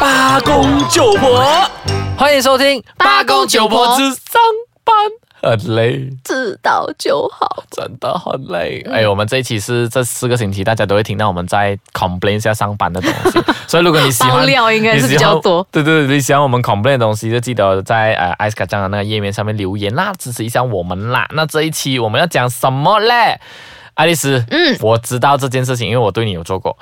啊九婆，欢迎收听《八公九婆之上班》，很累，知道就好。真的很累。哎，我们这一期是这四个星期，大家都会听到我们在 complain 一下上班的东 西，所以如果你喜爆欢，料应该是你喜比较欢多。对对对，你喜欢我们 complain 的东西，就记得在呃 i c e 卡酱的那个页面上面留言啦，支持一下我们啦。那这一期我们要讲什么嘞？爱丽丝，嗯，我知道这件事情，因为我对你有做过。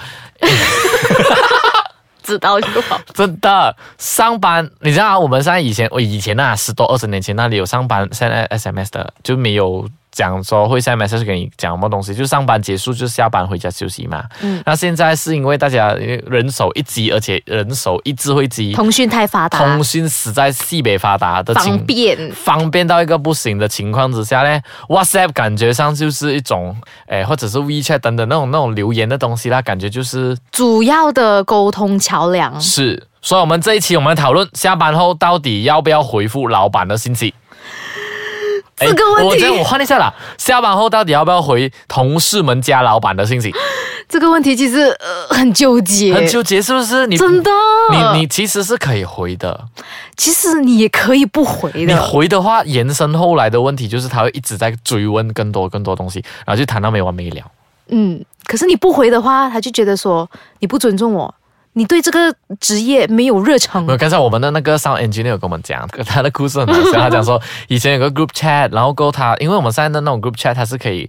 知道就好。 真的上班，你知道、啊、我们现在以前，我以前啊，十多二十年前那里有上班，现在 SMS 的就没有讲说会 SMS 给你讲什么东西，就上班结束就下班回家休息嘛。嗯那现在是因为大家人手一机，而且人手一智慧机，通讯太发达通，讯实在西北发达的情方便。方便到一个不行的情况之下呢，WhatsApp 感觉上就是一种，诶，或者是 WeChat 等等那种那种留言的东西啦，感觉就是主要的沟通桥梁，是，所以我们这一期我们讨论下班后到底要不要回复老板的信息。这个诶问我题觉得我换一下啦。下班后到底要不要回同事们加老板的信息？这个问题其实呃很纠结，很纠结是不是？你真的。你你其实是可以回的，其实你也可以不回你的，回的话，延伸后来的问题就是他会一直在追问更多更多东西，然后就谈到没完没了。嗯。可是你不回的话，他就觉得说你不尊重我，你对这个职业没有热忱没。有，刚才我们的那个 sound engineer 有跟我们讲，他的故事很好笑。他讲说，以前有个 group chat，然后过后他，因为我们现在的那种 group chat，它是可以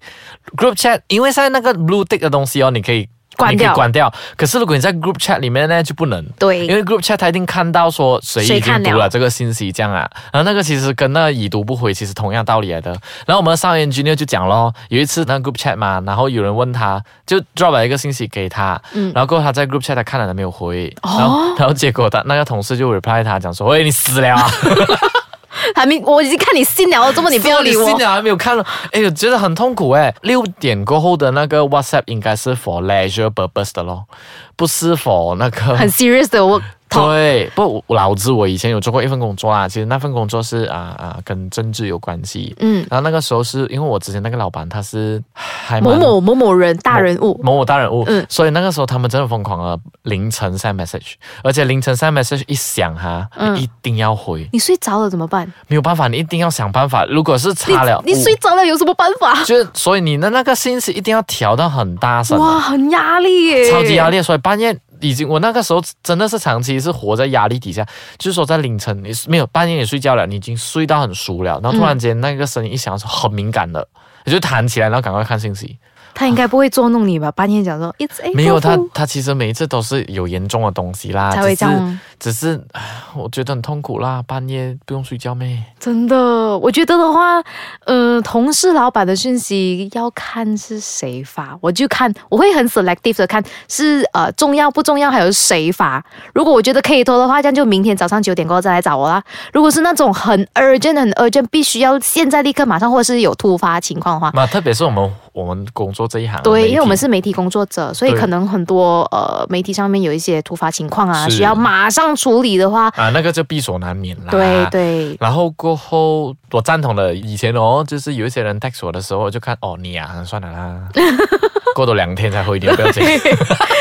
group chat，因为现在那个 blue tick 的东西哦，你可以关你可以掉关掉。可是如果你在 group chat 里面呢，就不能。对因，为 group chat 他一定看到说谁已谁经看读了了这个信息，这样啊，然后那个其实跟那已读不回其实同样道理来的。然后我们的 sound engineer 就讲咯，有一次那个 group chat 嘛，然后有人问他，就 drop 了一个信息给他，嗯然后过后他在 group chat 他看了他没有回，哦然后然后结果他那个同事就 reply 他讲说，喂你死了啊，还没，我已经看你信了，这么 你不要理死了你我死。了还没有看了，哎呦觉得很痛苦哎。六点过后的那个 WhatsApp 应该是 for leisure purpose 的咯，不是 for 那个很 serious 的我 talk，对，不，我老子我以前有做过一份工作啦，其实那份工作是啊啊、跟政治有关系。嗯，然后那个时候是因为我之前那个老板他是还某蛮某某某人大人物，哎某某大人物，嗯所以那个时候他们真的疯狂的凌晨 send message，而且凌晨 send message 一响哈，嗯你一定要回，你睡着了怎么办？没有办法，你一定要想办法。如果是你差了五，你睡着了有什么办法？就是所以你的那个信息一定要调到很大声的，哇，很压力耶，超级压。力，所以半夜已经，我那个时候真的是长期是活在压力底下，就是说在凌晨你没有半夜你睡觉了，你已经睡到很熟了，然后突然间那个声音一响是很敏感的，嗯你就弹起来，然后赶快看信息。他应该不会捉弄你吧？半夜讲说 it's a 没有，他他其实每一次都是有严重的东西啦，才会这样。只是只是唉我觉得很痛苦啦，半夜不用睡觉咩？真的，我觉得的话，呃，同事、老板的讯息要看是谁发，我就看，我会很 selective 的看是呃重要不重要，还有谁发。如果我觉得可以拖的话，这样就明天早上九点过后再来找我啦。如果是那种很 urgent、很 urgent，必须要现在立刻马上，或者是有突发情况的话，啊那特别是我们我们工作这一行，啊媒对，体因为我们是媒体工作者，所以对可能很多呃媒体上面有一些突发情况啊，是需要马上处理的话，啊，那个就闭锁难免啦。对对， 然后过后，我赞同了。以前哦，就是有一些人 text 我的时候，我就看哦，你啊，算了啦， 过多两天才回你，不要 哎紧。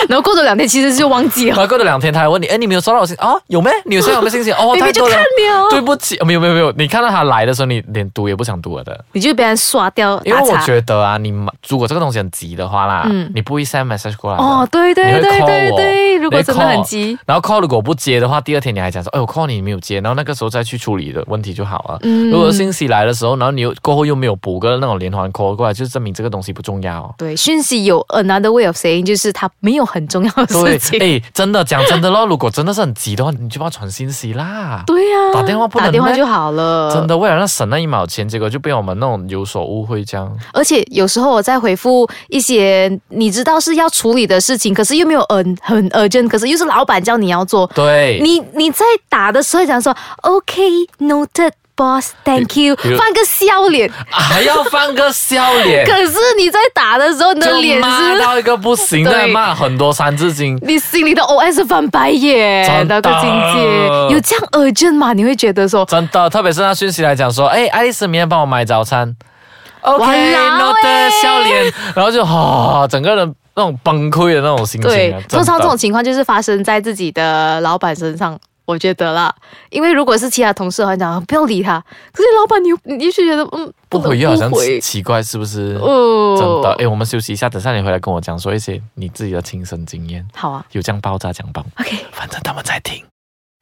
然后过了两天其实就忘记然了，后过多两天，他还问你，哎，你没有收到我信息啊？有没？你有收到我的信息？哦， 明太明就多了看。了，对不起，哦没有没有没有，你看到他来的时候，你连读也不想读了的，你就被人刷掉因为打我叉。觉得啊，你如果这个东西很急的话啦，嗯你不会 send message 过来的哦，对对你会对 call 对我对，如果你会真的 call 很我急， 然后 call 如果不接的话，第二天你还讲说，哎，我 call 你你没有接，然后那个时候再去处理的问题就好了。嗯如果信息来的时候，然后你又过后又没有补个那种连环 call 过来，就证明这个东西不重要。对讯息有 another way of saying，就是它没有很重要的对 事，情。哎，真的讲真的咯，如果真的是很急的话，你就不要传信息啦。对呀，打电话不能打电话咩就好了。真的，为了那省那一毛钱，结果就被我们那种有所误会这样。而且有时候我在回复一些你知道是要处理的事情，可是又没有很很 urgent，可是又是老板叫你要做，对，你你在打的时候讲说 OK noted boss thank you，比如放个笑脸，还要放个笑 脸，可是你在打的时候，你的就脸骂是，到一个不行，对再骂很多三字经。你心里的 OS 翻白眼真的那个境界，有这样 urgent 吗？你会觉得说真的，特别是那讯息来讲说，哎，爱丽丝明天帮我买早餐，OK，完了那的欸笑脸，然后就哈、整个人那种崩溃的那种心情啊、对，真通的常这种情况就是发生在自己的老板身上。我觉得啦，因为如果是其他同事的话，你讲不要理他，可是老板你又你就觉得嗯不能回又好像不回奇怪，是不是？哦，真的，哎，我们休息一下，等下你回来跟我讲说一些你自己的亲身经验，好啊有这样爆炸讲吧， ，OK，反正他们在听。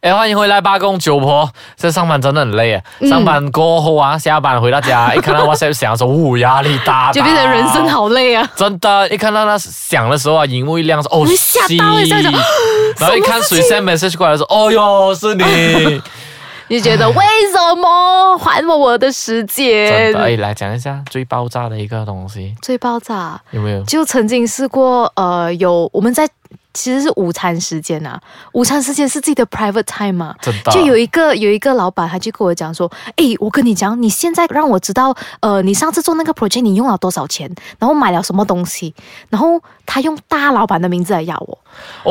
哎，欢迎回来，八公九婆。这上班真的很累啊，嗯上班过后啊，下班回到家，一看到 WhatsApp 响的时候，呜，压力大到， 就变成人生好累啊，真的，一看到那响的时候啊，荧幕一亮说：“哦，你吓到一下 shit 就 然后一看水 send message 过来说：“哦哟，是 你。你就觉得为什么还我我的时”真间的，？哎，来讲一下最爆炸的一个东西，最爆炸有没有？就曾经试过，呃，有我们在其实是午餐时间啊，午餐时间是自己的 private time 啊嘛、真的，就有一个有一个老板，他就跟我讲说，诶，我跟你讲，你现在让我知道，呃，你上次做那个 project 你用了多少钱，然后买了什么东西，然后他用大老板的名字来要我，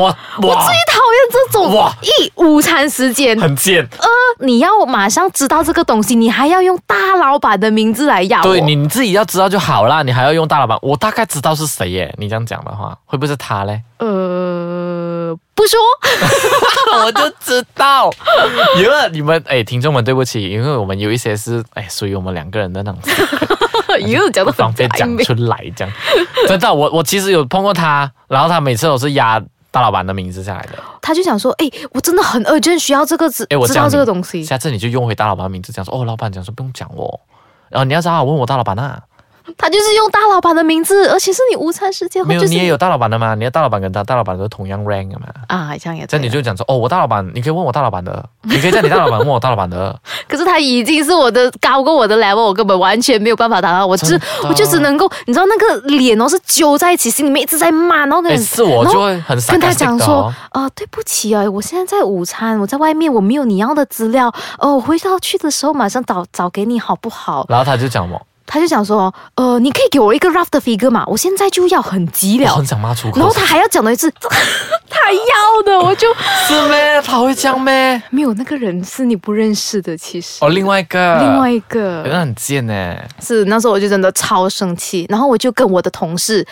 哇我哇最，讨厌这种哇一午餐时间，很贱。啊你要马上知道这个东西，你还要用大老板的名字来要我，对，你你自己要知道就好啦，你还要用大老板。我大概知道是谁耶，你这样讲的话，会不会是他 嘞？呃，不 说，我就知道， 因为你们哎，听众们，对不起，因为我们有一些是哎，属于我们两个人的那种又讲不的方便讲出来，这样真的，我我其实有碰过他，然后他每次都是压大老板的名字下来的，他就想说，诶，我真的很 urgent 需要这个知诶我知教道你这个东西，下次你就用回大老板的名字，讲说哦，老板讲说不用讲我，然后你要找好问我大老板啊，他就是用大老板的名字，而且是你午餐时间后没有就是你也有大老板的嘛，你的大老板跟他大老板都同样 rank 的嘛。啊，这样也这对样你啊。就讲说哦，我大老板，你可以问我大老板的，你可以叫你大老板问我大老板的， 可是他已经是我的高过我的 level，我根本完全没有办法达到，我真只的我就只能够，你知道那个脸哦是揪在一起，心里面一直在骂，然后跟哎，人是我就会很跟他 sarcastic 讲的说哦，，呃，对不起啊，我现在在午餐，我在外面，我没有你要的资料，哦，我回到去的时候马上找找给你好 不好？然后他就讲我，他就讲说，呃，你可以给我一个 rough 的 figure 嘛，我现在就要很急我了很。想骂出口， 然后他还要讲的一次， 他要 的，我就是咩？他会这样咩？没有那个人是你不认识的，其实。哦，另外一个，另外一哎那个很贱呢。是那时候我就真的超生气，然后我就跟我的同事，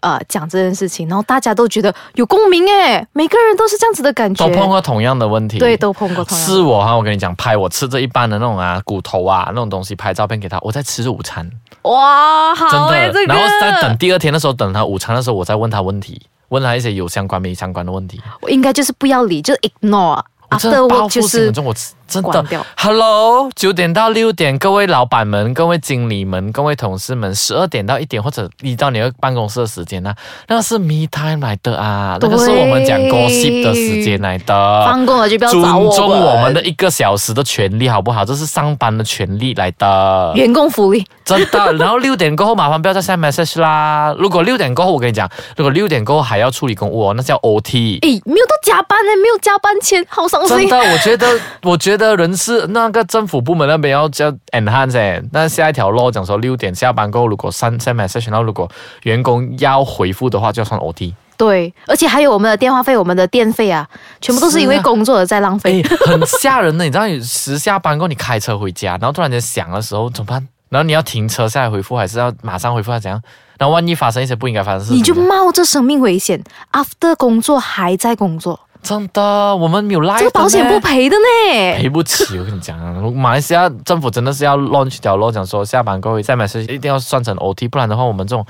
呃，讲这件事情，然后大家都觉得有共鸣诶，每个人都是这样子的感觉都，碰过同样的问题，对，都碰过同样的是我哈，我跟你讲，拍我吃这一般的那种啊骨头啊那种东西，拍照片给他，我在吃午餐，哇，真好的，哎、这个。然后在等第二天的时候，等他午餐的时候，我再问他问题，问他一些有相关没相关的问题。我应该就是不要理，就是 ignore。我真 After 的 work 报就复心是很重，我真关的掉。 Hello，九点到六点，各位老板们、各位经理们、各位同事们，十二点到一点或者一到你的办公室的时间呢、啊那个是 me time 来的啊，那个是我们讲对 gossip 的时间来的。放工了就不要尊找我重我们的一个小时的权利，好不好？这是上班的权利来的，哎员工福利。真的。然后六点过后，麻烦不要再 send message 啦。如果六点过后，我跟你讲，如果六点过后还要处理公务、哦，那叫 OT。诶，哎没有到加班呢、哎没有加班钱，好伤真心。的，我觉得， 我觉得人事那个政府部门那边要叫 enhance，欸那下一条路讲说六点下班过后，如果 send send message，然后如果员工要回复的话，就要算 OT。对，而且还有我们的电话费、我们的电费啊，全部都是因为是啊工作而在浪费。哎，很吓人的，你知道，你时下班过后你开车回家，然后突然间响的时候怎么办？然后你要停车下来回复，还是要马上回复，还是怎样？然后万一发生一些不应该发生的事情，你就冒着生命危险，after 工作还在工作，真的，我们没有赖这个保险不赔的呢。赔不起，我跟你讲，马来西亚政府真的是要 launch 条路，讲说下班过后再买是一定要算成 OT，不然的话我们这种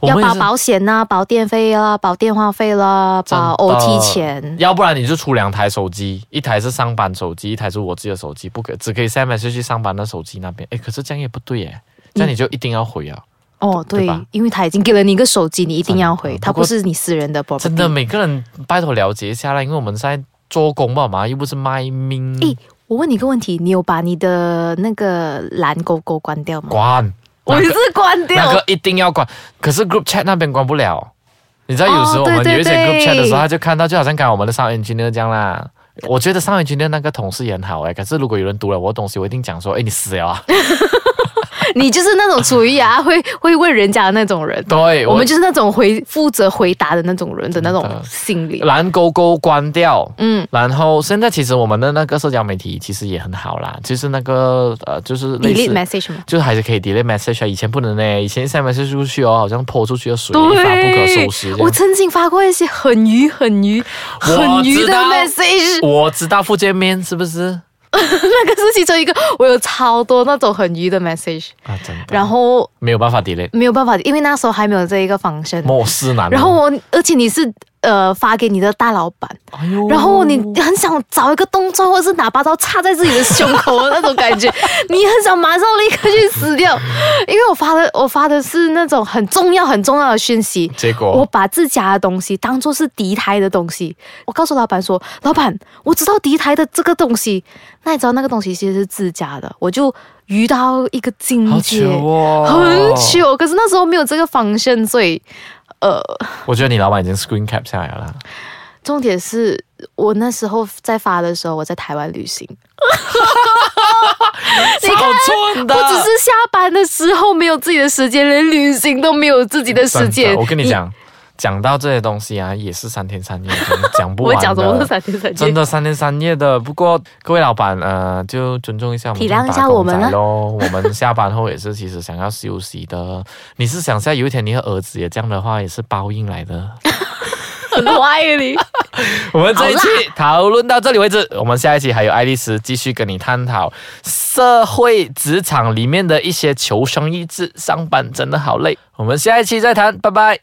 我要们也保是，保险呐、保电费啦、保电话费啦、真的保 OT 钱。要不然你就出两台手机，一台是上班手机，一台是我自己的手机，不可只可以 send message 去上班的手机那边。哎，可是这样也不对耶，这嗯样你就一定要回啊。哦，对对吧，因为他已经给了你一个手机，你一定要回真，的它不不过是你私人的 property。真的，每个人拜托了解一下啦，因为我们现在做工嘛嘛，又不是卖命。诶我问你一个问题，你有把你的那个蓝勾勾关掉吗？关我也是关掉。那个一定要关，可是 group chat 那边关不了。你知道哦有时候我们对对有一些对 group chat 的时候，他就看到，就好像刚才我们的上 engineer 这样啦。我觉得上 engineer 那个同事也很好哎、可是如果有人读了我的东西，我一定讲说，哎，你死了啊！你就是那种处于啊会 会问人家的那种人， 对，我们就是那种回负责回答的那种人的那种真的呃心理。蓝勾勾关掉。嗯，然后现在其实我们的那个社交媒体其实也很好啦，就是那个呃，就是类 delete 似 message 嘛，就是还是可以 delete message 啊，以前不能呢，以前 send message 出去哦，好像泼出去的水一发不可收拾这我样。曾经发过一些很愚、很愚、我很愚知的道 message，我知道福建面是不是 那个是其中一个。我有超多那种很愚的 message，啊？真的然后没有办法 delete，没有办法，因为那时候还没有这一个防身。漠视男。然后，我，而且你是呃发给你的大老板，哎呦然后你很想找一个动作，或者是拿把刀插在自己的胸口的那种感觉，你很想马上立刻去死掉，因为我发的我发的是那种很重要很重要的讯息。结我果把自家的东西当做是敌台的东西，我告诉老板说：“老板，我知道敌台的这个东西，那你知道那个东西其实是自家的，我就遇到一个境好界，糗哦，很。糗。可是那时候没有这个防线，所以，呃，我觉得你老板已经 screen cap 下来了啦。重点是我那时候在发的时候，我在台湾旅行，你看好蠢的，我只是下班的时候没有自己的时间，连旅行都没有自己的时真间。的我跟你，讲，讲到这些东西啊，也是三天三夜，真的讲不我完讲什么都的。三天三夜。真的三天三夜的，不过各位老板，呃，就尊重一下我们，体谅一下我们啊喽。 我们下班后也是其实想要休息的。你是想下有一天你的儿子也这样的话，也是报应来 的。 很歪啊你。我们这一期好讨论到这里为止，我们下一期还有爱丽丝继续跟你探讨社会职场里面的一些求生意志，上班真的好累。我们下一期再谈，拜拜。